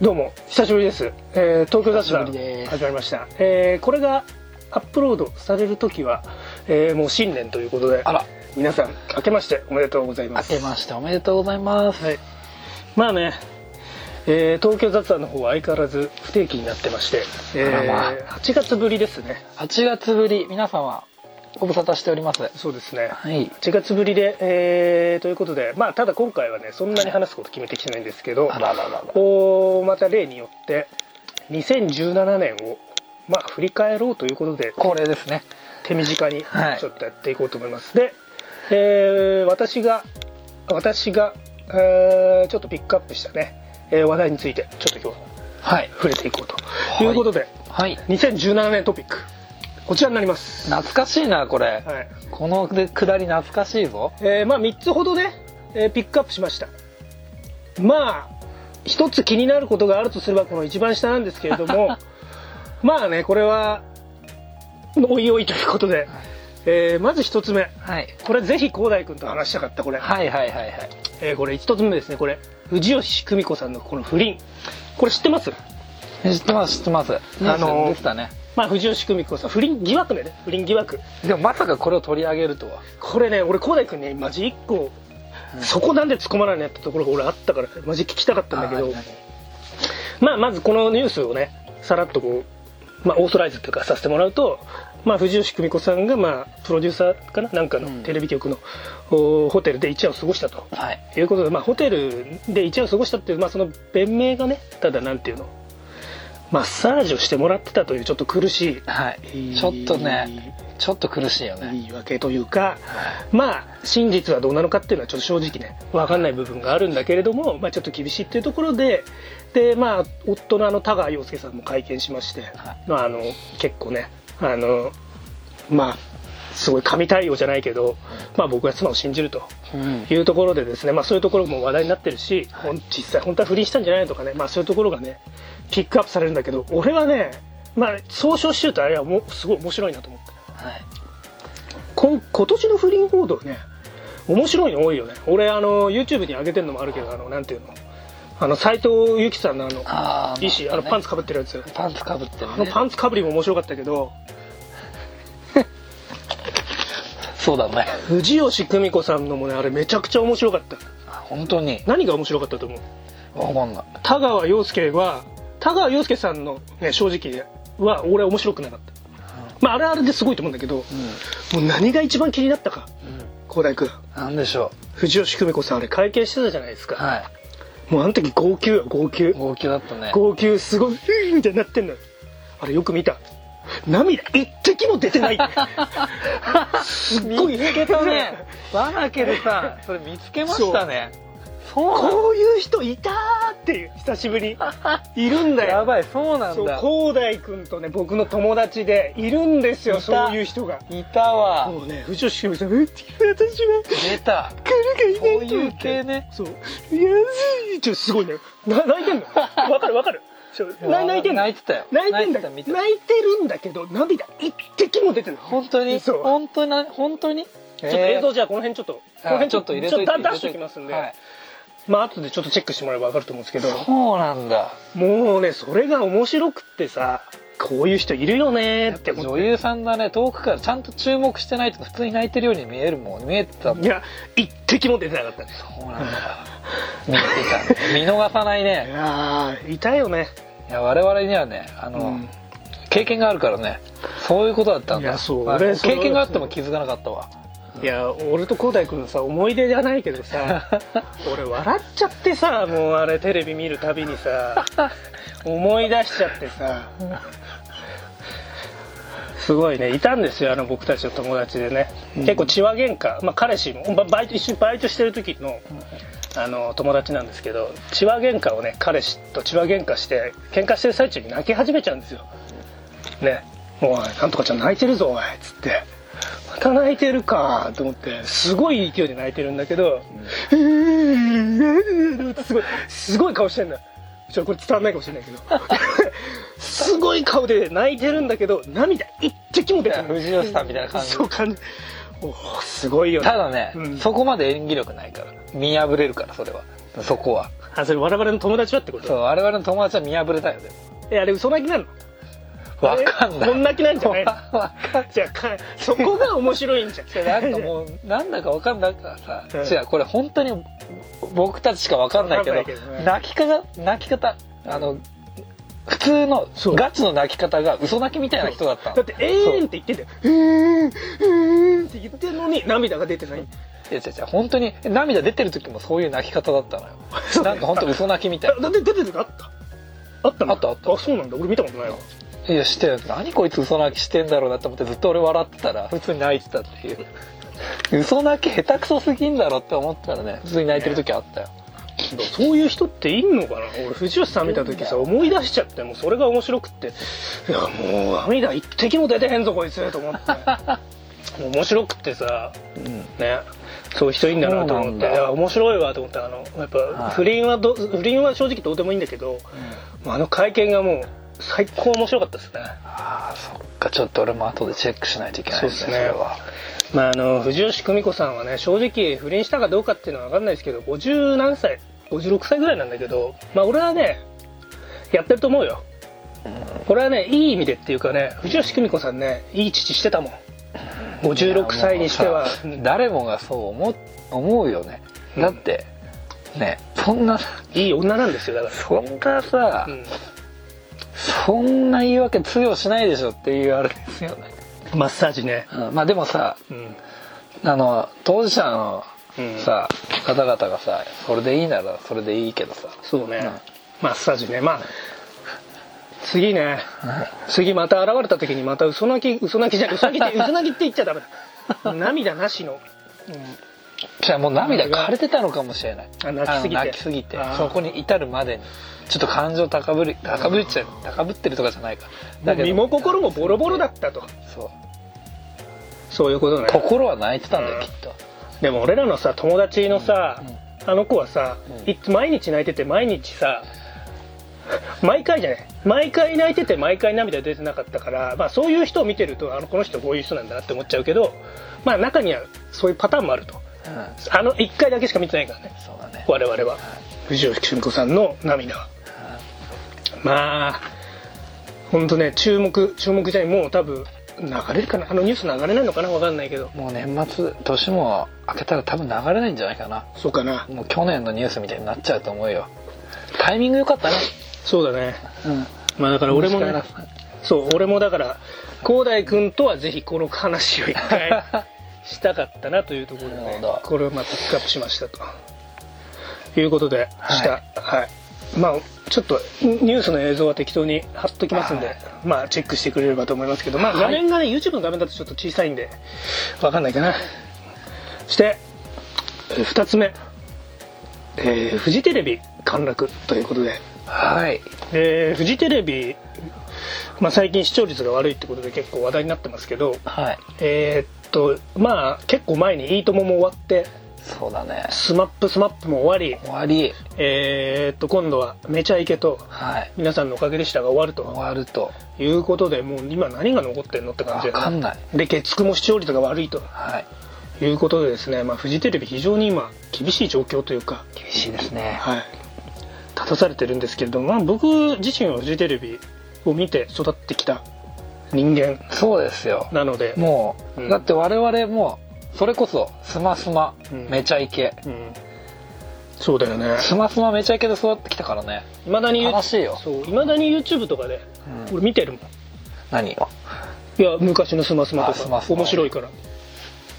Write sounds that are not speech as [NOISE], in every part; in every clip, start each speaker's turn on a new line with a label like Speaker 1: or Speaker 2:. Speaker 1: どうも久しぶりです、えー東京雑誌
Speaker 2: 久し
Speaker 1: が
Speaker 2: ぶりです
Speaker 1: 始まりました、えーこれがアップロードされる時は、えーもう新年ということで
Speaker 2: あら、
Speaker 1: 皆さん明けましておめでとうございま
Speaker 2: 明
Speaker 1: す
Speaker 2: けましておめでとうございます。
Speaker 1: はい、まあね、えー東京雑談の方は相変わらず不定期になってまして、えー
Speaker 2: あらまあ
Speaker 1: 8月ぶりですね
Speaker 2: 8月ぶり、皆様、ご無沙汰しております。
Speaker 1: そうですね
Speaker 2: はい。
Speaker 1: 8月ぶりで、えーということでまあただ今回はねそんなに話すこと決めてきてないんですけど
Speaker 2: あらららら。
Speaker 1: こうまた例によって2017年をまあ振り返ろうということで
Speaker 2: 恒例ですね。
Speaker 1: 手短に
Speaker 2: はい
Speaker 1: ちょっとやっていこうと思います、で、えー私が私が、えーちょっとピックアップしたね、えー話題についてちょっと今日は
Speaker 2: はい。
Speaker 1: 触れていこうと
Speaker 2: い
Speaker 1: いうことで、
Speaker 2: はい。
Speaker 1: 2017年トピックこちらになります、
Speaker 2: 懐かしいな、これ。
Speaker 1: はい
Speaker 2: こので下り懐かしいぞ。
Speaker 1: えーまあ3つほどね、えーピックアップしましたまあ一つ気になることがあるとすればこの一番下なんですけれど
Speaker 2: [LAUGHS]
Speaker 1: もまあねこれはおいおいということで、えーまず一つ目
Speaker 2: はい。
Speaker 1: これぜひ広大君と話したかったこれ、
Speaker 2: はいはいはいはい。
Speaker 1: えーこれ一つ目ですねこれ藤吉久美子さんのこの不倫これ知ってます
Speaker 2: 知ってます、知ってます。
Speaker 1: あのー
Speaker 2: でしたね。
Speaker 1: まあ藤吉久美子さん不倫疑惑だよね不倫疑惑
Speaker 2: でもまさかこれを取り上げるとは。
Speaker 1: これね俺広大君ねマジ一個、そこなんで突っ込まないのやったところが俺あったからマジ聞きたかったんだけどまあまずこのニュースをねさらっとこう、まあ、オーソライズというかさせてもらうと、まあ、藤吉久美子さんが、まあ、プロデューサーかななんかの
Speaker 2: うん
Speaker 1: テレビ局の、おホテルで一夜を過ごしたと
Speaker 2: はい。
Speaker 1: いうことで、まあ、ホテルで一夜を過ごしたっていう、まあ、その弁明がねただなんていうのマッサージをしてもらってたというちょっと苦しい
Speaker 2: はい。ちょっとね、ちょっと苦しいよね。
Speaker 1: 言い訳というか、まあ真実はどうなのかっていうのはちょっと正直ね分かんない部分があるんだけれども、まあ、ちょっと厳しいっていうところでで、まあ、夫のあの田川陽介さんも会見しまして、
Speaker 2: はい
Speaker 1: まあ、あの結構ねあのまあすごい神対応じゃないけど、まあ、僕は妻を信じると
Speaker 2: うん。
Speaker 1: いうところでですね、まあ、そういうところも話題になってるし、ほん実際本当は不倫したんじゃないのとかね、まあ、そういうところがねピックアップされるんだけど俺はね、まあ、総称してるとあれはもうすごい面白いなと思って。
Speaker 2: はい。
Speaker 1: 今今年の不倫報道ね面白いの多いよね俺あの YouTube に上げてるのもあるけどあのなんていうのあの斎藤由貴さんのあの
Speaker 2: あー
Speaker 1: 医師あの
Speaker 2: ま
Speaker 1: パン
Speaker 2: ね
Speaker 1: ツかぶってるやつ
Speaker 2: パンツかぶってるね。
Speaker 1: あのパンツかぶりも面白かったけど
Speaker 2: そうだね。
Speaker 1: 藤吉久美子さんのもねあれめちゃくちゃ面白かった
Speaker 2: 本当に。
Speaker 1: 何が面白かったと思う
Speaker 2: わかんない。
Speaker 1: 田川陽介は田川陽介さんの、ね、正直は俺は面白くなかったまああれはあれですごいと思うんだけど、もう何が一番気になったか浩大君
Speaker 2: なんでしょ
Speaker 1: 藤吉久美子さんあれ会見してたじゃないですか、
Speaker 2: う。は
Speaker 1: もうあの時号泣よ号泣
Speaker 2: い。号泣だった
Speaker 1: [LAUGHS]
Speaker 2: ね。
Speaker 1: 号泣すごい、うーみたいになってんのよ。あれよく見た。涙一滴も出てない。すっごい。
Speaker 2: [LAUGHS] 見つけたね。わなけでさ、それ見つけましたね。そう
Speaker 1: こういう人いたーっていう、久しぶり。いるんだ
Speaker 2: や
Speaker 1: よ。
Speaker 2: ばい、そうな
Speaker 1: そ
Speaker 2: ん
Speaker 1: う、
Speaker 2: だ。
Speaker 1: 広大くんとね、僕の友達でいるんですよ、
Speaker 2: いた
Speaker 1: そういう人が。
Speaker 2: いたわ。
Speaker 1: もうね、藤吉君さん、うっ私は、
Speaker 2: 出た。
Speaker 1: 彼がいないと思って。
Speaker 2: そういう系ね
Speaker 1: そう。いやずいちょ、すごいね。な泣いてんのわかるわかる。ちょな泣いてんの
Speaker 2: 泣いてたよ。
Speaker 1: 泣いてんだ
Speaker 2: 泣い
Speaker 1: 泣
Speaker 2: て
Speaker 1: い
Speaker 2: た
Speaker 1: て
Speaker 2: 見た。
Speaker 1: るんだけど涙一滴も出てない
Speaker 2: 本当に
Speaker 1: そう
Speaker 2: 本当に本当に
Speaker 1: ちょっと映像じゃあこの辺ちょっとこの
Speaker 2: はい
Speaker 1: 辺
Speaker 2: ちょっと入れといて。
Speaker 1: ちょっと出しておきますんで、
Speaker 2: はい
Speaker 1: まあ後でちょっとチェックしてもらえば分かると思うんですけど
Speaker 2: そうなんだ。
Speaker 1: もうねそれが面白くってさこういう人いるよねーって思っ
Speaker 2: 女
Speaker 1: て
Speaker 2: 優さんだね、遠くからちゃんと注目してないと普通に泣いてるように見えるもん。見えてたもん
Speaker 1: い。や一滴も出てなかったね
Speaker 2: そうなんだ。見えてた。見逃さない
Speaker 1: い
Speaker 2: ね。
Speaker 1: やーいたよね
Speaker 2: いや、我々にはね、あの、
Speaker 1: うん
Speaker 2: 経験があるからねそういうことだったんだ
Speaker 1: いやそう
Speaker 2: あの
Speaker 1: 俺それ
Speaker 2: 経験があっても気づかなかったわ
Speaker 1: いや俺と浩大君のさ思い出じゃないけどさ [LAUGHS] 俺笑っちゃってさもうあれテレビ見るたびに [LAUGHS] さ思い出しちゃってさすごいねいたんですよあの僕たちの友達でね、結構血は喧嘩、まあ、彼氏もババイト一緒にバイトしてる時の,、あの友達なんですけど血は喧嘩をね彼氏と血は喧嘩して喧嘩してる最中に泣き始めちゃうんですよねおいなんとかちゃん泣いてるぞおいっつってまた泣いてるかと思ってすごい勢いで泣いてるんだけど「うーんすごいすごい顔してんだちょこれ伝わんないかもしれないけどすごい顔で泣いてるんだけど涙一滴も出てない
Speaker 2: 藤吉さんみたいな感じ
Speaker 1: そう感じおーすごいよね
Speaker 2: ただね、
Speaker 1: うん
Speaker 2: そこまで演技力ないから見破れるからそれはそこは
Speaker 1: あそれ我々の友達はってこ
Speaker 2: そう
Speaker 1: と
Speaker 2: 我々の友達は見破れたよね
Speaker 1: えあれ嘘泣きなの
Speaker 2: わかんない
Speaker 1: 本泣きなんじゃないの
Speaker 2: わわかんない
Speaker 1: じゃあかそこが面白いんじゃん
Speaker 2: なんかもうなんだかわかんないからさ、
Speaker 1: うん
Speaker 2: 違うこれ本当に僕たちしかわかんないけど
Speaker 1: わかんないけどね
Speaker 2: 泣き方泣き方あの普通の
Speaker 1: そう
Speaker 2: ガチの泣き方が嘘泣きみたいな人だったの
Speaker 1: だって「えーん」って言ってんだよ「うーんうーん」って言ってんのに涙が出てない
Speaker 2: いや違う違う本当に涙出てる時もそういう泣き方だっ
Speaker 1: [LAUGHS]
Speaker 2: たのよ
Speaker 1: そう
Speaker 2: なんか本当嘘泣きみたい
Speaker 1: だだって出てるのあったあったの
Speaker 2: あったあった
Speaker 1: あそうなんだ俺見たことないわ
Speaker 2: いやして何こいつ嘘泣きしてんだろうなと思ってずっと俺笑ってたら普通に泣いてたっていう嘘泣き下手くそすぎんだろって思ったらね普通に泣いてる時あったよ、
Speaker 1: そういう人っていんのかな俺藤吉さん見た時さ思い出しちゃってもうそれが面白くっていやもう涙一滴も出てへんぞこいつと思 [LAUGHS] ってもう面白くってさねそういう人いんだなと思って
Speaker 2: そうなんだ
Speaker 1: いや面白いわと思ったあのやっ
Speaker 2: は
Speaker 1: ぱ
Speaker 2: い
Speaker 1: 不倫はど不倫は正直どうでもいいんだけど、あの会見がもう最高面白かったですね
Speaker 2: ああそっかちょっと俺も後でチェックしないといけない
Speaker 1: そうですねまあ、あの藤吉久美子さんはね正直不倫したかどうかっていうのは分かんないですけど50何歳56歳ぐらいなんだけど、まあ、俺はねやってると思うよ俺はねいい意味でっていうかね藤吉久美子さんねいい父してたもん56歳にしては
Speaker 2: もうさ誰もがそう思う思うよねだって、ねそんな
Speaker 1: うんいい女なんですよだか
Speaker 2: そんなさ、
Speaker 1: ら、うん
Speaker 2: そんな言い訳通用しないでしょっていうあれですよね、
Speaker 1: マッサージね
Speaker 2: うんまあでもさ
Speaker 1: うん
Speaker 2: あの当事者の
Speaker 1: うん
Speaker 2: さ、方々がさそれでいいならそれでいいけどさ
Speaker 1: そうね、
Speaker 2: うん
Speaker 1: マッサージねまあ次ね次また現れた時にまた嘘泣き嘘泣きじゃ嘘泣
Speaker 2: [LAUGHS]
Speaker 1: きって嘘泣きって言っちゃダメだ涙なしの
Speaker 2: じゃあもう涙枯れてたのかもしれない
Speaker 1: あ泣きすぎて
Speaker 2: あの泣きすぎて
Speaker 1: あー
Speaker 2: そこに至るまでにちょっと感情高ぶり高ぶっちゃう高ぶってるとかじゃないかだけど
Speaker 1: 身も心もボロボロだったと
Speaker 2: そう
Speaker 1: そういうことね
Speaker 2: 心は泣いてたんだよ、
Speaker 1: うん
Speaker 2: きっと
Speaker 1: でも俺らのさ友達のさ、
Speaker 2: うん
Speaker 1: あの子はさ、
Speaker 2: うん
Speaker 1: いつ毎日泣いてて毎日さ毎回じゃない毎回泣いてて毎回涙出てなかったから、まあ、そういう人を見てるとあのこの人こういう人なんだなって思っちゃうけど、まあ、中にはそういうパターンもあると
Speaker 2: うん
Speaker 1: あの1回だけしか見てないからね
Speaker 2: そうだね
Speaker 1: 我々は藤吉久美子さんの涙はまあ本当ね注目注目じゃないもう多分流れるかなあのニュース流れないのかなわかんないけど
Speaker 2: もう年末年も明けたら多分流れないんじゃないかな
Speaker 1: そうかな
Speaker 2: もう去年のニュースみたいになっちゃうと思うよタイミング良かったね
Speaker 1: そうだね
Speaker 2: うん
Speaker 1: まあだから俺もね
Speaker 2: 力
Speaker 1: そう俺もだから広大君とはぜひこの話を一
Speaker 2: [LAUGHS]
Speaker 1: 回したかったなというところで、
Speaker 2: なる
Speaker 1: ね
Speaker 2: ほど、
Speaker 1: これをまあピックアップしましたということでしたはい、まあちょっとニニュースの映像は適当に貼っときますんで、
Speaker 2: はい
Speaker 1: まあチェックしてくれればと思いますけどまあ画面がね、YouTube の画面だとちょっと小さいんでわかんないかなそして2つ目、えーフジテレビ陥落ということで
Speaker 2: はい
Speaker 1: えーフジテレビ、まあ、最近視聴率が悪いってことで結構話題になってますけど
Speaker 2: はい
Speaker 1: えーっとまあ結構前に「いいとも!」も終わって
Speaker 2: そうだね
Speaker 1: 「スマップスマップも終わり
Speaker 2: 終わり
Speaker 1: えーっと今度は「めちゃイケ」と
Speaker 2: はい
Speaker 1: 「皆さんのおかげでした」が終わる
Speaker 2: 終
Speaker 1: と
Speaker 2: わると
Speaker 1: いうことでもう今何が残ってんのって感じで、
Speaker 2: 分かんない
Speaker 1: で月9も視聴率が悪いと
Speaker 2: はい
Speaker 1: いうことでですね、まあ、フジテレビ非常に今厳しい状況というか
Speaker 2: 厳しいですね
Speaker 1: はい、立たされてるんですけれども、まあ、僕自身はフジテレビを見て育ってきた人間
Speaker 2: そうですよ
Speaker 1: なので、
Speaker 2: もう、
Speaker 1: うん
Speaker 2: だって我々もうそれこそスマスマ、
Speaker 1: うん
Speaker 2: めちゃイケ
Speaker 1: うん、そうだよね
Speaker 2: スマスマめちゃイケで育ってきたからね
Speaker 1: いまだに
Speaker 2: 楽しいよ
Speaker 1: そう未だに YouTube とかで
Speaker 2: うん
Speaker 1: 俺見てるもん
Speaker 2: 何よ
Speaker 1: いや昔のスマスマと
Speaker 2: あ
Speaker 1: か
Speaker 2: スマスマ
Speaker 1: 面白いから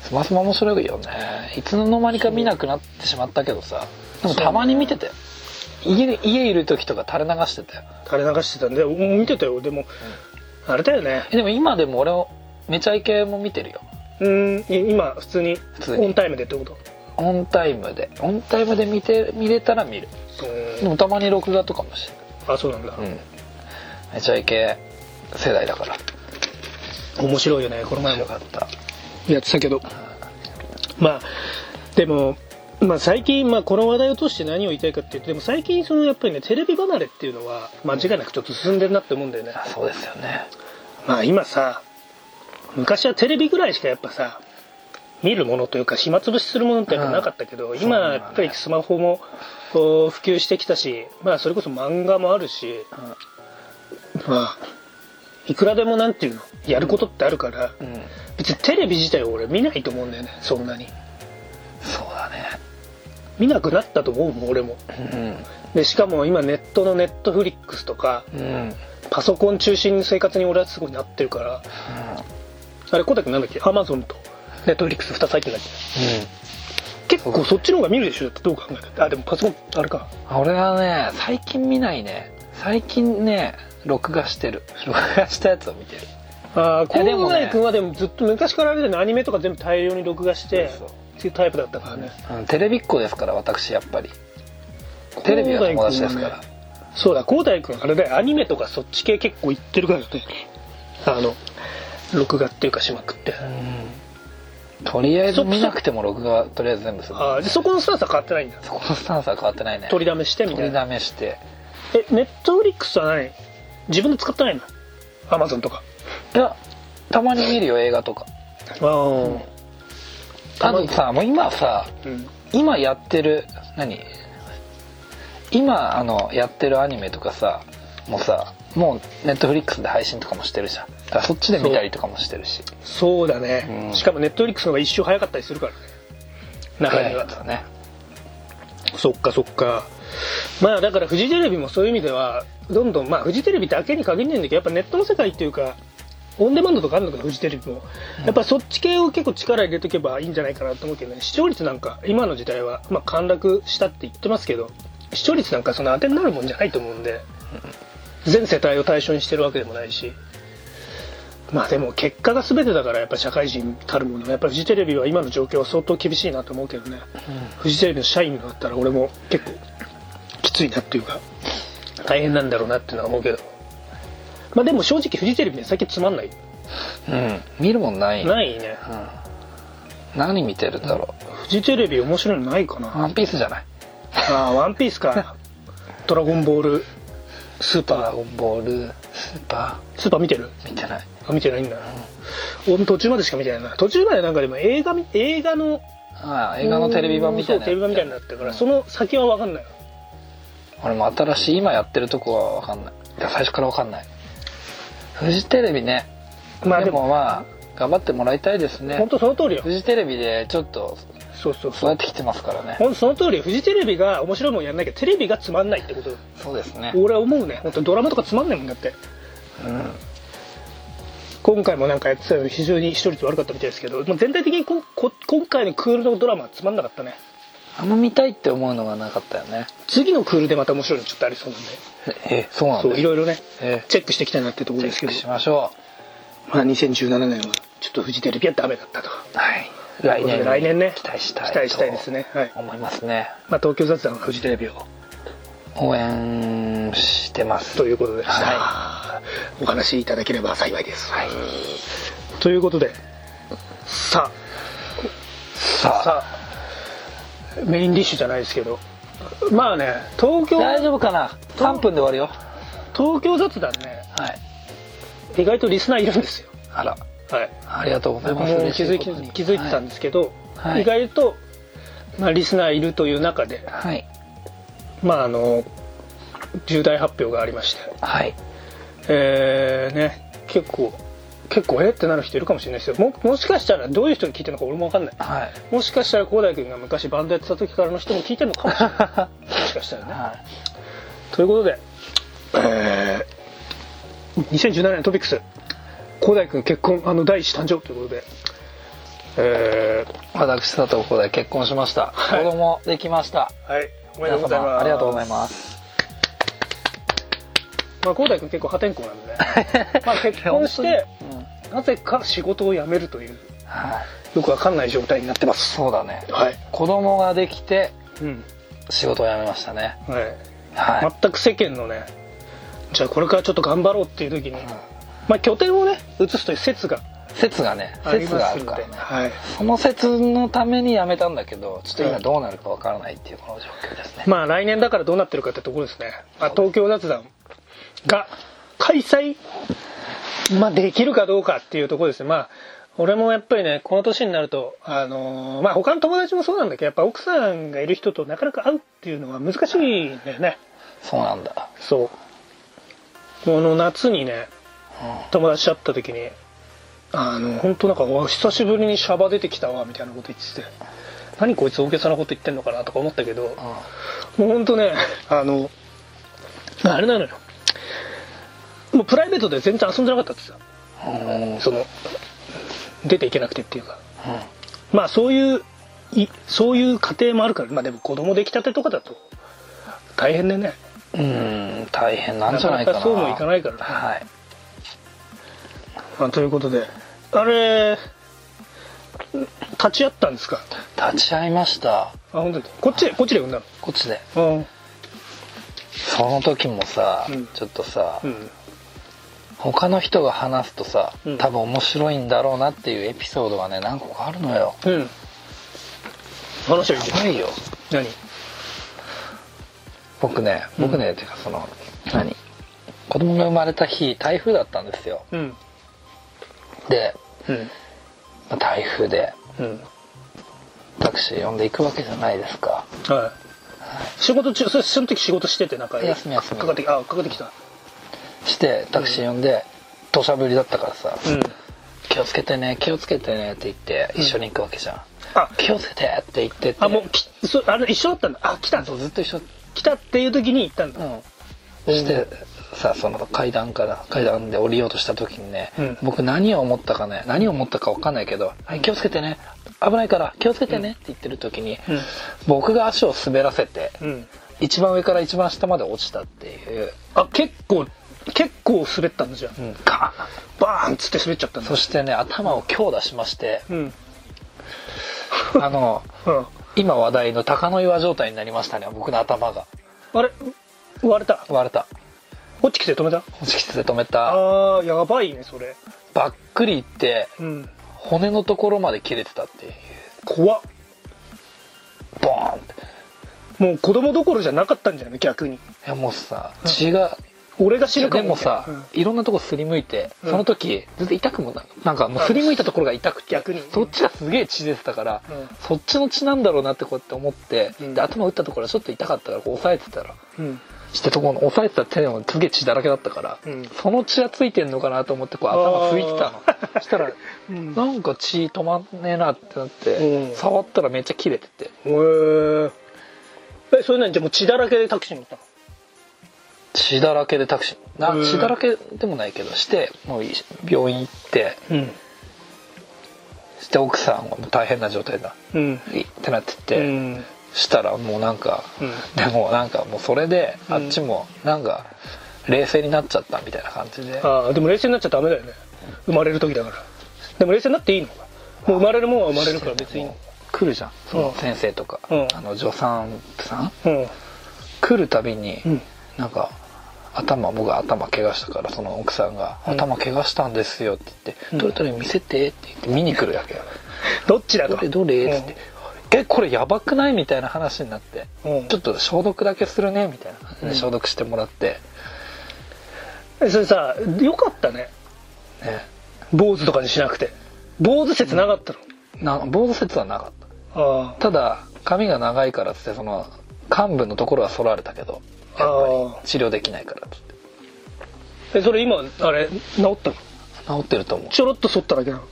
Speaker 2: スマスマ面白いよねいつの間にか見なくなってしまったけどさでもたまに見てて家で家いる時とか垂れ流してたよ
Speaker 1: 垂れ流してたんでお見てたよでも、あれだよね
Speaker 2: えでも今でも俺をめちゃイケも見てるよ
Speaker 1: うんい今普通に
Speaker 2: 通に
Speaker 1: オンタイムでってこと
Speaker 2: オンタイムでオンタイムで見て見れたら見るで
Speaker 1: うん
Speaker 2: もたまに録画とかもして
Speaker 1: あそうなんだ、
Speaker 2: うんめちゃイケ世代だから
Speaker 1: 面白いよねこの前
Speaker 2: よ
Speaker 1: も
Speaker 2: かった
Speaker 1: やってたけどまあでも、まあ、最近、まあ、この話題を通して何を言いたいかっていうとでも最近そのやっぱりねテレビ離れっていうのは間違いなくちょっと進んでるなって思うんだよね、
Speaker 2: あそうですよね
Speaker 1: まあ今さ昔はテレビぐらいしかやっぱさ見るものというか暇つぶしするものってやっぱなかったけど、今やっぱりスマホもこう普及してきたし、まあ、それこそ漫画もあるし、まあいくらでもなんていうのやることってあるから、
Speaker 2: うん
Speaker 1: 別にテレビ自体を俺見ないと思うんだよねそんなに
Speaker 2: そうだ
Speaker 1: 見なくなったと思うもん俺も
Speaker 2: ね
Speaker 1: でしかも今ネットのネットフリックスとか
Speaker 2: うんうん
Speaker 1: パソコン中心の生活に俺はすごいなってるからあれ小田君なんだっけアマゾンとネットフリックス2つ入ってるんだっけ結構そっちの方が見るでしょだってどう考えたってあでもパソコンあれか
Speaker 2: うん俺はね最近見ないね最近ね録画してる録画したやつを見てる
Speaker 1: ああ
Speaker 2: いやで
Speaker 1: 小
Speaker 2: もね
Speaker 1: 田君はでもずっと昔からあれだよねアニメとか全部大量に録画して
Speaker 2: そうそう
Speaker 1: っていうタイプだったからね
Speaker 2: うんテレビっ子ですから私やっぱりテレビは友達ですから
Speaker 1: そうだ浩大君あれだよアニメとかそっち系結構行ってるからねあの録画っていうかしまくって
Speaker 2: とりあえず見なくても録画とりあえず全部する
Speaker 1: ああそこのスタンスは変わってないんだ
Speaker 2: そこのスタンスは変わってないね
Speaker 1: 取りだめしてみ
Speaker 2: 取
Speaker 1: たい
Speaker 2: り
Speaker 1: な
Speaker 2: だめして
Speaker 1: えネットフリックスは何自分で使ってないのアマゾンとか
Speaker 2: いやたまに見るよ映画とか
Speaker 1: ああた
Speaker 2: あ
Speaker 1: まに
Speaker 2: とさもう今さ
Speaker 1: うん
Speaker 2: 今やってる何今あのやってるアニメとかさもうさもうネットフリックスで配信とかもしてるじゃんだからそっちで見たりとかもしてるし
Speaker 1: そうだね、
Speaker 2: うん
Speaker 1: しかもネットフリックスの方が一周早かったりするからね中には、
Speaker 2: だね
Speaker 1: そっかそっかまあだからフジテレビもそういう意味ではどんどんまあフジテレビだけに限らないんだけどやっぱネットの世界っていうかオンデマンドとかあるのかなフジテレビもやっぱそっち系を結構力入れとけばいいんじゃないかなと思うけどね視聴率なんか今の時代はまあ陥落したって言ってますけど視聴率なんかその当てになるもんじゃないと思うんで全世帯を対象にしてるわけでもないしまあでも結果が全てだからやっぱ社会人たるものやっぱフジテレビは今の状況は相当厳しいなと思うけどね、フジテレビの社員だったら俺も結構きついなっていうか大変なんだろうなっていうのは思うけどまあでも正直フジテレビね最近つまんない
Speaker 2: うん見るもんない
Speaker 1: ないね
Speaker 2: 何見てるんだろ
Speaker 1: フジテレビ面白いのないか
Speaker 2: う
Speaker 1: な
Speaker 2: ワンピースじゃない
Speaker 1: ああワンピースかドラゴンボールスー
Speaker 2: ドラ
Speaker 1: パ
Speaker 2: ゴンボールスーパ
Speaker 1: ースーパー見てる
Speaker 2: ー見てない
Speaker 1: あ見てないんだ俺も途中までしか見てないな途中までなんかでも映画み映画の
Speaker 2: ああ映画のテレビ版みた
Speaker 1: そ
Speaker 2: い
Speaker 1: う
Speaker 2: な
Speaker 1: テレビ版みたいにな
Speaker 2: や
Speaker 1: ってるから、その先は分かんない
Speaker 2: つ俺も新しい今やってるとこは分かんないいや最初から分かんないフジテレビね
Speaker 1: まあ
Speaker 2: で
Speaker 1: でも
Speaker 2: もまあ頑張ってもらいたいですね
Speaker 1: 本当その通りよ
Speaker 2: フジテレビでちょっと
Speaker 1: そうそうそう
Speaker 2: 育ってきてますからね
Speaker 1: 本当その通りフジテレビが面白いもんやんなきゃテレビがつまんないってことだ
Speaker 2: そうですね
Speaker 1: 俺は思うね本当ドラマとかつまんないもんだって
Speaker 2: うん
Speaker 1: 今回もなんかやってたの非常に視聴率悪かったみたいですけどもう全体的にここ今回のクールのドラマはつまんなかったね
Speaker 2: あんま見たいって思うのがなかったよね
Speaker 1: 次のクールでまた面白いのちょっとありそうなんで
Speaker 2: えそうなん
Speaker 1: そう
Speaker 2: で
Speaker 1: い
Speaker 2: す
Speaker 1: ろいろね
Speaker 2: え
Speaker 1: チェックしていきたいなってところ
Speaker 2: チェ
Speaker 1: です
Speaker 2: ッ
Speaker 1: け
Speaker 2: ク
Speaker 1: ど
Speaker 2: しましょ
Speaker 1: まあ2017年はちょっとフジテレビはダメだったと
Speaker 2: うはい来年に
Speaker 1: 来年ね
Speaker 2: 期待したい
Speaker 1: 期待したいですねはい
Speaker 2: と思いますね
Speaker 1: まあ東京雑談はフジテレビを
Speaker 2: 応援してます
Speaker 1: ということでした、
Speaker 2: は
Speaker 1: お話しいただければ幸いです、
Speaker 2: はい
Speaker 1: ということでさあ
Speaker 2: さあ
Speaker 1: さあメインディッシュじゃないですけどまあね東京
Speaker 2: 大丈夫かな3分で終わるよ
Speaker 1: 東京雑談ね
Speaker 2: はい
Speaker 1: 意外とリスナーいるんですよ
Speaker 2: あら
Speaker 1: はい
Speaker 2: ありがとうござい
Speaker 1: 僕
Speaker 2: ま
Speaker 1: も
Speaker 2: す
Speaker 1: 気づいて気づいてたん
Speaker 2: で
Speaker 1: ですけど、
Speaker 2: はい
Speaker 1: 意外と、まあ、リスナーいるという中で
Speaker 2: はい
Speaker 1: まああの重大発表がありまして
Speaker 2: はい
Speaker 1: えー、ね結構結構えってなる人いるかもしれないですよももしかしたらどういう人に聞いてるのか俺も分かんない
Speaker 2: はい
Speaker 1: もしかしたら浩大君が昔バンドやってた時からの人も聞いてるのかもしれ
Speaker 2: [LAUGHS]
Speaker 1: ないもしかしたらね
Speaker 2: はい
Speaker 1: ということで、えー、2017年トピックス浩大君結婚あの第一子誕生ということで、え
Speaker 2: 私佐藤浩大結婚しました、
Speaker 1: はい
Speaker 2: 子供できました
Speaker 1: ー、はいおめで
Speaker 2: 皆
Speaker 1: とうございま
Speaker 2: 様
Speaker 1: す
Speaker 2: ありがとうござい
Speaker 1: す [LAUGHS]
Speaker 2: ます
Speaker 1: 浩、まあ、浩大君結構破天荒なんでねまあ結婚して
Speaker 2: 本当にうん
Speaker 1: なぜか仕事を辞めるという
Speaker 2: はい
Speaker 1: よくわかんない状態になってます
Speaker 2: そうだね
Speaker 1: はい、
Speaker 2: 子供ができて
Speaker 1: うん
Speaker 2: 仕事を辞めましたね
Speaker 1: はい
Speaker 2: はい、
Speaker 1: 全く世間のねじゃあこれからちょっと頑張ろうっていう時に、まあ拠点をね移すという説が
Speaker 2: 説がね
Speaker 1: あり
Speaker 2: 説が
Speaker 1: ま
Speaker 2: あ
Speaker 1: す
Speaker 2: る
Speaker 1: の
Speaker 2: か
Speaker 1: で
Speaker 2: らね
Speaker 1: はい
Speaker 2: その説のために辞めたんだけどちょっと今どうなるかわからないっていうこの状況ですね
Speaker 1: まあ来年だからどうなってるかってところですね、まあ、東京雑談が開催、まあ、できるかどうかっていうところですねまあ俺もやっぱりねこの年になるとあのーまあ他の友達もそうなんだけどやっぱ奥さんがいる人となかなか会うっていうのは難しいんだよね
Speaker 2: そうなんだ
Speaker 1: そうこの夏にね友達と会った時にあの本当なんかわ久しぶりにシャバ出てきたわみたいなこと言ってて何こいつ大げさなこと言ってんのかなとか思ったけど
Speaker 2: うん
Speaker 1: もう本当ね [LAUGHS] あのあれなのよもうプライベートで全然遊んでなかったってさ
Speaker 2: うん
Speaker 1: その出ていけなくてっていうか
Speaker 2: うん
Speaker 1: まあそういういそういう家庭もあるからまあでも子供できたてとかだと大変でね
Speaker 2: うん大変なんじゃないかな
Speaker 1: なかなかそうもいかないからね
Speaker 2: はい
Speaker 1: まあということであれ立ち会ったんですか
Speaker 2: 立ち会いました
Speaker 1: あ本当にこっちでこっちで産んだ
Speaker 2: こっちで
Speaker 1: のうん
Speaker 2: その時もさ、
Speaker 1: うん
Speaker 2: ちょっとさ、
Speaker 1: うん
Speaker 2: 他の人が話すとさ、
Speaker 1: うん
Speaker 2: 多分面白いんだろうなっていうエピソードがね何個かあるのよ
Speaker 1: うん話を聞い
Speaker 2: やば
Speaker 1: て
Speaker 2: いよ
Speaker 1: 何
Speaker 2: 僕ね僕ね、っていうかその何子供が生まれた日台風だったんですよ
Speaker 1: うん
Speaker 2: で
Speaker 1: うん
Speaker 2: まあ台風で
Speaker 1: うん
Speaker 2: タクシー呼んでいくわけじゃないですか
Speaker 1: はい仕事中それその時仕事しててなんか
Speaker 2: 休み休み
Speaker 1: かかってきあかかってきた
Speaker 2: してタクシー呼んで土砂降りだったからさ、
Speaker 1: うん
Speaker 2: 気をつけてね気をつけてねって言って一緒に行くわけじゃん、
Speaker 1: あ
Speaker 2: 気をつけてって言ってって
Speaker 1: あもうきそあれ一緒だったんだあ来た
Speaker 2: そうずっと一緒
Speaker 1: 来たっていう時に行ったんだ
Speaker 2: うんしてさその階段から階段で降りようとした時にね、
Speaker 1: うん
Speaker 2: 僕何を思ったかね何を思ったか分かんないけど「はい気をつけてね危ないから気をつけてね」って言ってる時に、
Speaker 1: うん
Speaker 2: 僕が足を滑らせて
Speaker 1: うん
Speaker 2: 一番上から一番下まで落ちたっていう、
Speaker 1: あ結構結構滑ったんだじゃん
Speaker 2: ガーン
Speaker 1: バーンっつって滑っちゃったんだ
Speaker 2: そしてね頭を強打しまして
Speaker 1: うん
Speaker 2: あの
Speaker 1: うん
Speaker 2: 今話題の鷹の岩状態になりましたね僕の頭が
Speaker 1: あれ割れた
Speaker 2: 割れた
Speaker 1: こっち来て止めた
Speaker 2: 落ちきて止めた
Speaker 1: あーやばいねそれ
Speaker 2: ばっくりいって
Speaker 1: うん
Speaker 2: 骨のところまで切れてたっていう
Speaker 1: 怖っ
Speaker 2: ボーンって
Speaker 1: もう子供どころじゃなかったんじゃない逆に
Speaker 2: いやもうさ血が、
Speaker 1: 俺が死ぬか
Speaker 2: で
Speaker 1: も
Speaker 2: もさ、
Speaker 1: うん
Speaker 2: いろんなとこすりむいて、
Speaker 1: うん
Speaker 2: その時全然痛くもないなんかもう
Speaker 1: あ
Speaker 2: すりむいたところが痛くて
Speaker 1: 逆に
Speaker 2: そっちがすげえ血出てたから、
Speaker 1: うん
Speaker 2: そっちの血なんだろうなってこうやって思って、
Speaker 1: うん
Speaker 2: で頭打ったところはちょっと痛かったからこう押さえてたら
Speaker 1: うん
Speaker 2: してとこの押さえてた手もすげえ血だらけだったから、
Speaker 1: うん
Speaker 2: その血がついてんのかなと思ってこう頭拭いてたの
Speaker 1: [LAUGHS]
Speaker 2: そしたら
Speaker 1: うん
Speaker 2: なんか血止まんねえなってなって、
Speaker 1: うん
Speaker 2: 触ったらめっちゃ切れてて
Speaker 1: へーえそれ何じゃあもう血だらけでタクシー乗ったの
Speaker 2: 血だらけでタクシーな
Speaker 1: うん
Speaker 2: 血だらけでもないけどしてもうい病院行って
Speaker 1: うん
Speaker 2: して奥さんはもう大変な状態だ
Speaker 1: うん
Speaker 2: いってなって
Speaker 1: う
Speaker 2: て、
Speaker 1: ん
Speaker 2: したらもうなんか、
Speaker 1: うん
Speaker 2: でもなんかもうそれで
Speaker 1: うん
Speaker 2: あっちもなんか冷静になっちゃったみたいな感じで、
Speaker 1: ああでも冷静になっちゃダメだよね生まれる時だからでも冷静になっていいのかもう生まれるもんは生まれるから別に
Speaker 2: もう来るじゃんその先生とか、
Speaker 1: うん
Speaker 2: あの助産婦さん
Speaker 1: うん
Speaker 2: 来るたびに、
Speaker 1: うん
Speaker 2: なんか頭僕が頭怪我したからその奥さんが「
Speaker 1: うん
Speaker 2: 頭怪我したんですよ」って言って
Speaker 1: う
Speaker 2: 「
Speaker 1: ん
Speaker 2: どれどれ見せて」って言って見に来るわけよ
Speaker 1: どっちだ
Speaker 2: ど
Speaker 1: と
Speaker 2: れどれ?」っつって「えこれやばくない?」みたいな話になって「
Speaker 1: うん
Speaker 2: ちょっと消毒だけするね」みたいな感じ
Speaker 1: うん
Speaker 2: で消毒してもらって、
Speaker 1: えそれさよかったね
Speaker 2: ね、
Speaker 1: 坊主とかにしなくて坊主説なかったの、
Speaker 2: な防護説はなかった
Speaker 1: あ
Speaker 2: ただ髪が長いからっつってその幹部のところは剃られたけど
Speaker 1: ああ
Speaker 2: 治療できないからっつって
Speaker 1: あえそれ今あれ治ったの
Speaker 2: 治ってると思
Speaker 1: ちょろっと剃っただけなの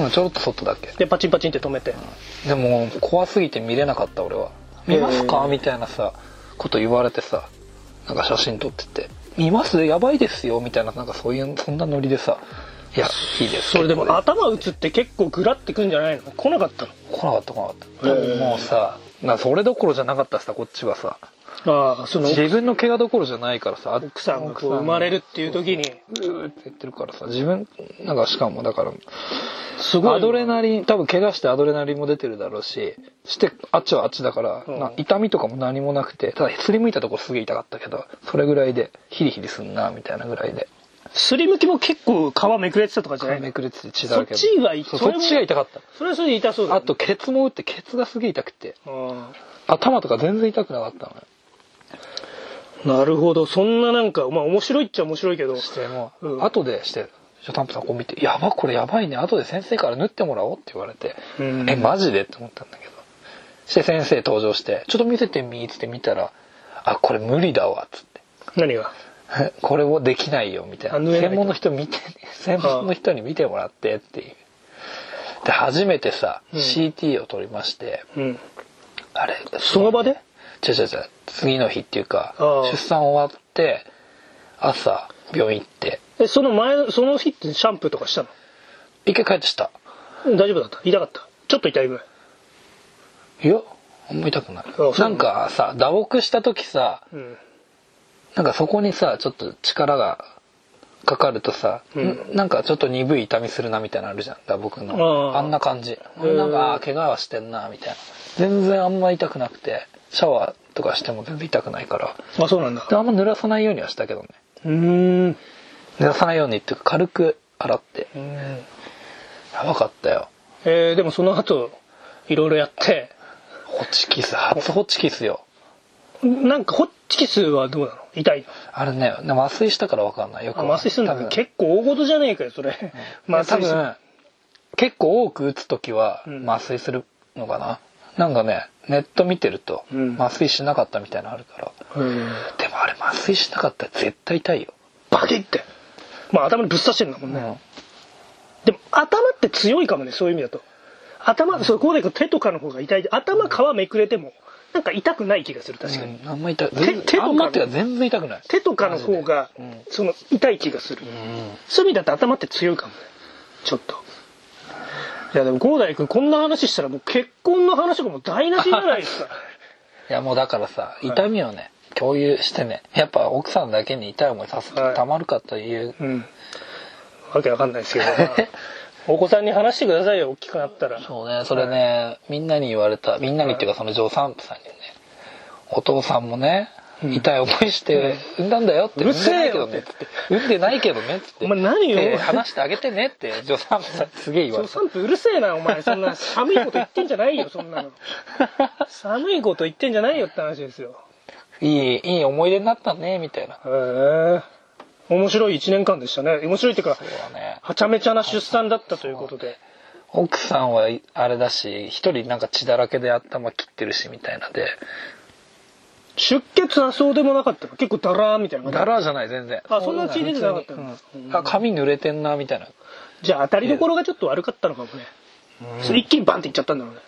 Speaker 2: う、うん、ちょろっと剃っただけ
Speaker 1: でパチンパチンって止めて、
Speaker 2: でも怖すぎて見れなかった俺は「見ますか
Speaker 1: へ?」ー
Speaker 2: みたいなさこと言われてさなんか写真撮ってて「見ますやばいですよ」みたいななんかそういうそんなノリでさ「いやいいです」
Speaker 1: それでも
Speaker 2: 結構
Speaker 1: 頭打つって結構グラってくんじゃないの来なかった
Speaker 2: す来なかった来なかった
Speaker 1: へー
Speaker 2: でももうさなそれどころじゃなかったしさこっちはさ
Speaker 1: のああその
Speaker 2: 自分の怪我どころじゃないからさ
Speaker 1: 奥さんがこう生まれるっていう時に
Speaker 2: うーって言ってるからさ自分なんかしかもだから
Speaker 1: すごい
Speaker 2: アドレナリン多分怪我してアドレナリンも出てるだろうししてあっちはあっちだから、
Speaker 1: うん
Speaker 2: な痛みとかも何もなくてただすりむいたところすげえ痛かったけどそれぐらいでヒリヒリすんなみたいなぐらいです
Speaker 1: りむきも結構皮めくれてたとかじゃない
Speaker 2: め
Speaker 1: の
Speaker 2: くれてて血だらけ
Speaker 1: そっちが痛
Speaker 2: そう
Speaker 1: そ
Speaker 2: そ
Speaker 1: れ
Speaker 2: っ
Speaker 1: も
Speaker 2: ちが痛かった
Speaker 1: それはそれで痛そうだ、ね、
Speaker 2: あとケツも打ってケツがすげえ痛くて
Speaker 1: あ
Speaker 2: 頭とか全然痛くなかったのよ
Speaker 1: あなるほどそんななんかまあ面白いっちゃ面白いけど
Speaker 2: してもう、
Speaker 1: うん
Speaker 2: 後でしてショタンプさんこう見て「やばこれやばいね後で先生から縫ってもらおう」って言われて「
Speaker 1: うん
Speaker 2: えマジで?」って思ったんだけどして先生登場して「ちょっと見せてみ」っつって見たら「あこれ無理だわ」っつって
Speaker 1: 何が
Speaker 2: えこれをできないよみたい
Speaker 1: あ
Speaker 2: な
Speaker 1: 縫えないと
Speaker 2: 専門の人見て [LAUGHS] 専門の人に見てもらってっていうで初めてさ、
Speaker 1: うん
Speaker 2: CT を取りまして
Speaker 1: うん
Speaker 2: あれ
Speaker 1: その場で
Speaker 2: 違う違う違う次の日っていうか
Speaker 1: ああ
Speaker 2: 出産終わって朝病院行って
Speaker 1: えその前その日ってシャンプーとかしたの
Speaker 2: 一回帰ってした
Speaker 1: うん大丈夫だった痛かったちょっと痛いぐらい
Speaker 2: いやあんま痛くない
Speaker 1: そう
Speaker 2: なんかさ打撲した時さ
Speaker 1: うん
Speaker 2: なんかそこにさちょっと力がかかるとさ、
Speaker 1: うん
Speaker 2: んなんかちょっと鈍い痛みするなみたいなのあるじゃん打撲の
Speaker 1: あ
Speaker 2: あ
Speaker 1: あ
Speaker 2: んな感じ
Speaker 1: ー
Speaker 2: なんかあー怪我はしてんなみたいな全然あんま痛くなくてシャワーとかしても全然痛くないから
Speaker 1: あそうなんだ
Speaker 2: であんま濡らさないようにはしたけどね
Speaker 1: うーん
Speaker 2: 濡らさないようにっていうか軽く洗って
Speaker 1: うん
Speaker 2: やばかったよ
Speaker 1: えーでもその後いろいろやって
Speaker 2: ホチキス初ホチキスよ
Speaker 1: なんかホッチキスはどうなの痛いの
Speaker 2: あれねでも麻酔したから分かんないよくわかんない
Speaker 1: 麻酔するんだけど
Speaker 2: 多分
Speaker 1: 結構大事じゃねえかよそれ、
Speaker 2: まあ
Speaker 1: [LAUGHS] 麻
Speaker 2: 多
Speaker 1: 酔する
Speaker 2: 分結構多く打つ時は
Speaker 1: うん
Speaker 2: 麻酔するのかな、なんかねネット見てると
Speaker 1: うん
Speaker 2: 麻酔しなかったみたいなのあるから、
Speaker 1: うん
Speaker 2: でもあれ麻酔しなかったら絶対痛いよ、
Speaker 1: バキってまあ頭にぶっ刺してんだもん
Speaker 2: う
Speaker 1: ね、
Speaker 2: ん
Speaker 1: でも頭って強いかもねそういう意味だと頭そうこうでいくと手とかの方が痛い頭皮めくれてもなんか痛くない気がする確かに、
Speaker 2: うんあんま痛い
Speaker 1: 手手とか
Speaker 2: あんまっていうか全然痛くない
Speaker 1: 手とかの方が、
Speaker 2: マジでうん
Speaker 1: その痛い気がする、
Speaker 2: うん
Speaker 1: そういう意味だと頭って強いかもねちょっといやでも郷大君こんな話したらもう結婚の話がもう台無しじゃないですか
Speaker 2: いやもうだからさ
Speaker 1: い
Speaker 2: 痛みをね、共有してねやっぱ奥さんだけに痛い思いさせて
Speaker 1: はい
Speaker 2: たまるかという、
Speaker 1: [LAUGHS] うんわけわかんないですけど、ま [LAUGHS] あお子さんに話してくださいよ大きくなったら
Speaker 2: そうねそれね、みんなに言われたみんなにっていうかその助産婦さんにねお父さんもね
Speaker 1: うん
Speaker 2: 痛い思いして産んだんだよって
Speaker 1: う
Speaker 2: 産
Speaker 1: る
Speaker 2: んで
Speaker 1: せ
Speaker 2: な
Speaker 1: え
Speaker 2: いけど
Speaker 1: よ
Speaker 2: ねっつって産んでないけどねっつって
Speaker 1: お前何よ
Speaker 2: 手離してあげてねって助産婦さんにすげえ言われた
Speaker 1: 寒うるせえなお前そんな寒いこと言ってんじゃ [LAUGHS] ないよそんなの寒いこと言ってんじゃないよって話ですよ
Speaker 2: [LAUGHS] いいいい思い出になったねみたいな
Speaker 1: へえ面白い1年間でしたね面白いっていうか
Speaker 2: そうだね
Speaker 1: はちゃめちゃな出産だったということで
Speaker 2: 奥さんはあれだし一人なんか血だらけで頭切ってるしみたいなで
Speaker 1: 出血はそうでもなかったの結構ダラーみたいな感じ
Speaker 2: だらじゃない全然
Speaker 1: あそんな血出てなかったんだ
Speaker 2: 普通にうんあ髪濡れてんなみたいな
Speaker 1: じゃあ当たりどころがちょっと悪かったのかもねそれ一気にバンっていっちゃったんだろうね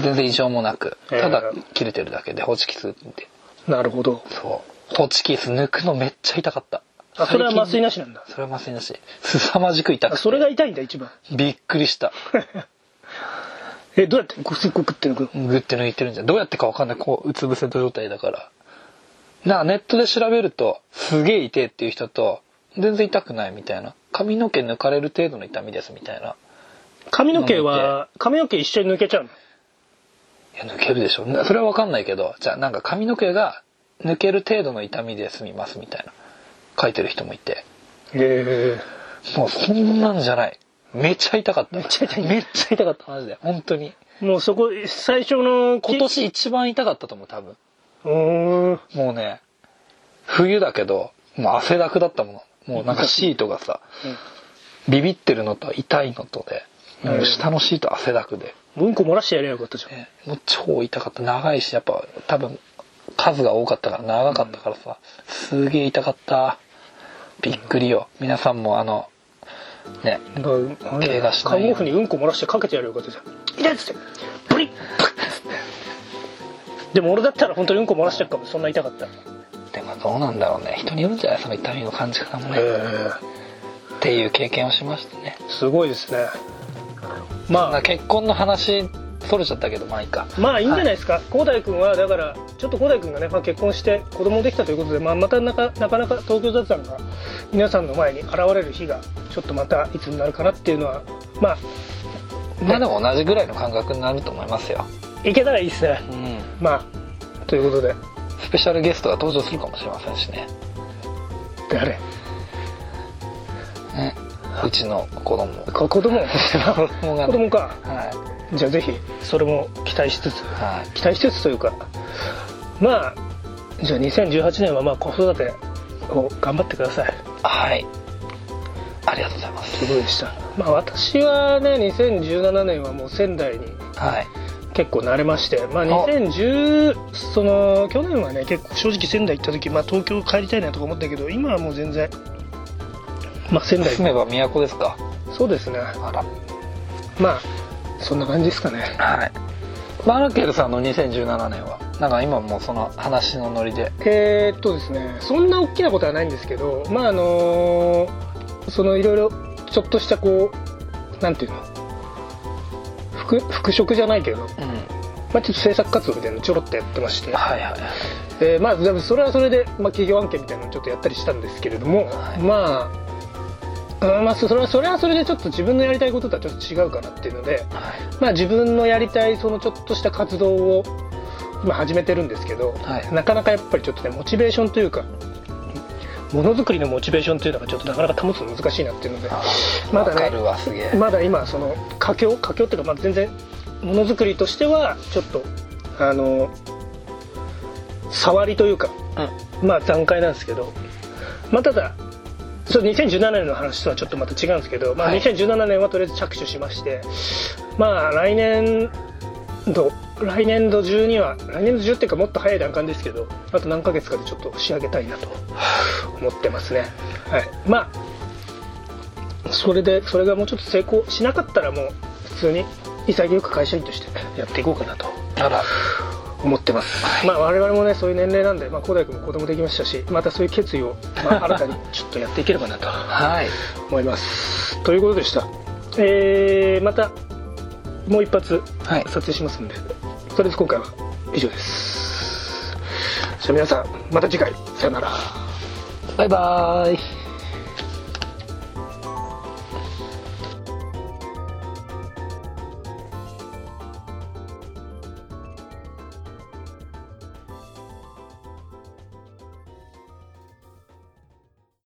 Speaker 2: 全然異常もなく
Speaker 1: へえ
Speaker 2: ただ切れてるだけでホチキスって
Speaker 1: なるほど
Speaker 2: そうホチキス抜くのめっちゃ痛かった
Speaker 1: あそれは麻酔な
Speaker 2: し
Speaker 1: しなんだ
Speaker 2: それは麻酔なし凄まじく痛く
Speaker 1: あ
Speaker 2: て
Speaker 1: それが痛いんだ一番
Speaker 2: びっくりした
Speaker 1: えどうやってこうすっごくって抜くの
Speaker 2: グッて抜いてるんじゃんどうやってか分かんないこううつ伏せ状態だからなあネットで調べるとすげえ痛えっていう人と全然痛くないみたいな髪の毛抜かれる程度の痛みですみたいな
Speaker 1: 髪の毛は髪の毛一緒に抜けちゃうの
Speaker 2: いや抜けるでしょなそれは分かんないけどじゃあなんか髪の毛が抜ける程度の痛みで済みますみたいな書いてる人もいて
Speaker 1: え
Speaker 2: もうそんなんじゃないめっちゃ痛かっためっ
Speaker 1: ちゃ痛い
Speaker 2: めっちゃ痛かったマジで本当に
Speaker 1: えもうそこ最初の
Speaker 2: 今年一番痛かったと思う多分
Speaker 1: うーん
Speaker 2: もうね冬だけどもう汗だくだったものもうなんかシートがさビビってるのと痛いのとで、もう下のシート汗だくで、
Speaker 1: うんこ漏らしてやりゃよかったじゃん
Speaker 2: ねもう超痛かった長いしやっぱ多分数が多かったから長かったからさ、すげえ痛かったびっくりよ皆さんもあのね怪我しないよう
Speaker 1: 看
Speaker 2: に
Speaker 1: 護婦にうんこ漏らしてかけてやるよかったじゃん痛いっつってブリッパッつってでも俺だったら本当にうんこ漏らしてるかもそんな痛かった
Speaker 2: でもどうなんだろうね人によるんじゃないその痛みの感じ方もね、っていう経験をしましたね
Speaker 1: すごいですね
Speaker 2: ま
Speaker 1: ま
Speaker 2: あ結婚の話それちゃったけどまあいいか
Speaker 1: あまあいいんじゃないですか浩大君はだからちょっと浩大君がね、まあ、結婚して子供できたということで、まあ、またなかなかなか東京雑談が皆さんの前に現れる日がちょっとまたいつになるかなっていうのはまあ
Speaker 2: まあでも同じぐらいの感覚になると思いますよ、
Speaker 1: いけたらいいですね
Speaker 2: うん、
Speaker 1: まあということで
Speaker 2: スペシャルゲストが登場するかもしれませんしね
Speaker 1: 誰
Speaker 2: ねうちの子供
Speaker 1: こ子供
Speaker 2: 子供が
Speaker 1: 子
Speaker 2: ね
Speaker 1: 供か
Speaker 2: はい
Speaker 1: じゃあぜひそれも期待しつつ
Speaker 2: はい
Speaker 1: 期待しつつというかまあじゃあ2018年はまあ子育てを頑張ってください
Speaker 2: はいありがとうございます
Speaker 1: すごいでした、まあ、私はね2017年はもう仙台に
Speaker 2: はい
Speaker 1: 結構慣れまして、まあ、
Speaker 2: お
Speaker 1: 2010その去年はね結構正直仙台行った時、まあ、東京帰りたいなとか思ったけど今はもう全然、まあ、仙台
Speaker 2: 住めば都ですか
Speaker 1: そうですね
Speaker 2: あら
Speaker 1: まあそんな感じですかね
Speaker 2: はいマルケルさんの2017年はなんか今もうその話のノリで
Speaker 1: えーっとですねそんな大きなことはないんですけどまああのーそのいろいろちょっとしたこうなんていうの復復職じゃないけど、ま
Speaker 2: うん
Speaker 1: あ、ちょっと制作活動みたいなのちょろっとやってまして
Speaker 2: はいはい
Speaker 1: えーまあでもそれはそれで、まあ、企業案件みたいなのをちょっとやったりしたんですけれども、
Speaker 2: はい
Speaker 1: まあうんまあ、そそれはそれはそれでちょっと自分のやりたいこととはちょっと違うかなっていうので、
Speaker 2: はい
Speaker 1: まあ、自分のやりたいそのちょっとした活動を今始めてるんですけど、
Speaker 2: はい
Speaker 1: なかなかやっぱりちょっとねモチベーションというかものづくりのモチベーションというのがちょっとなかなか保つの難しいなっていうのでまだ
Speaker 2: わか
Speaker 1: ね
Speaker 2: るわすげえ
Speaker 1: まだ今その佳境佳境っていうかまあ全然ものづくりとしてはちょっとあの触りというか
Speaker 2: う
Speaker 1: まあ段階なんですけどまあただそう2017年の話とはちょっとまた違うんですけど、まあ、
Speaker 2: はい
Speaker 1: 2017年はとりあえず着手しまして、まあ来年度来年度中には来年度中っていうかもっと早い段階ですけどあと何ヶ月かでちょっと仕上げたいなと思ってますねはいまあそれでそれがもうちょっと成功しなかったらもう普通に潔く会社員としてやっていこうかなと
Speaker 2: んあら
Speaker 1: 思ってます、まあ我々もねそういう年齢なんで、まあ、古代君も子供できましたしまたそういう決意を、 [LAUGHS] まあ、新たにちょっとやっていければなと
Speaker 2: はい
Speaker 1: 思いますということでしたえー、またもう一発
Speaker 2: はい
Speaker 1: 撮影しますんでとりあえず今回は以上ですじゃあ皆さんまた次回さよなら
Speaker 2: バイバーイ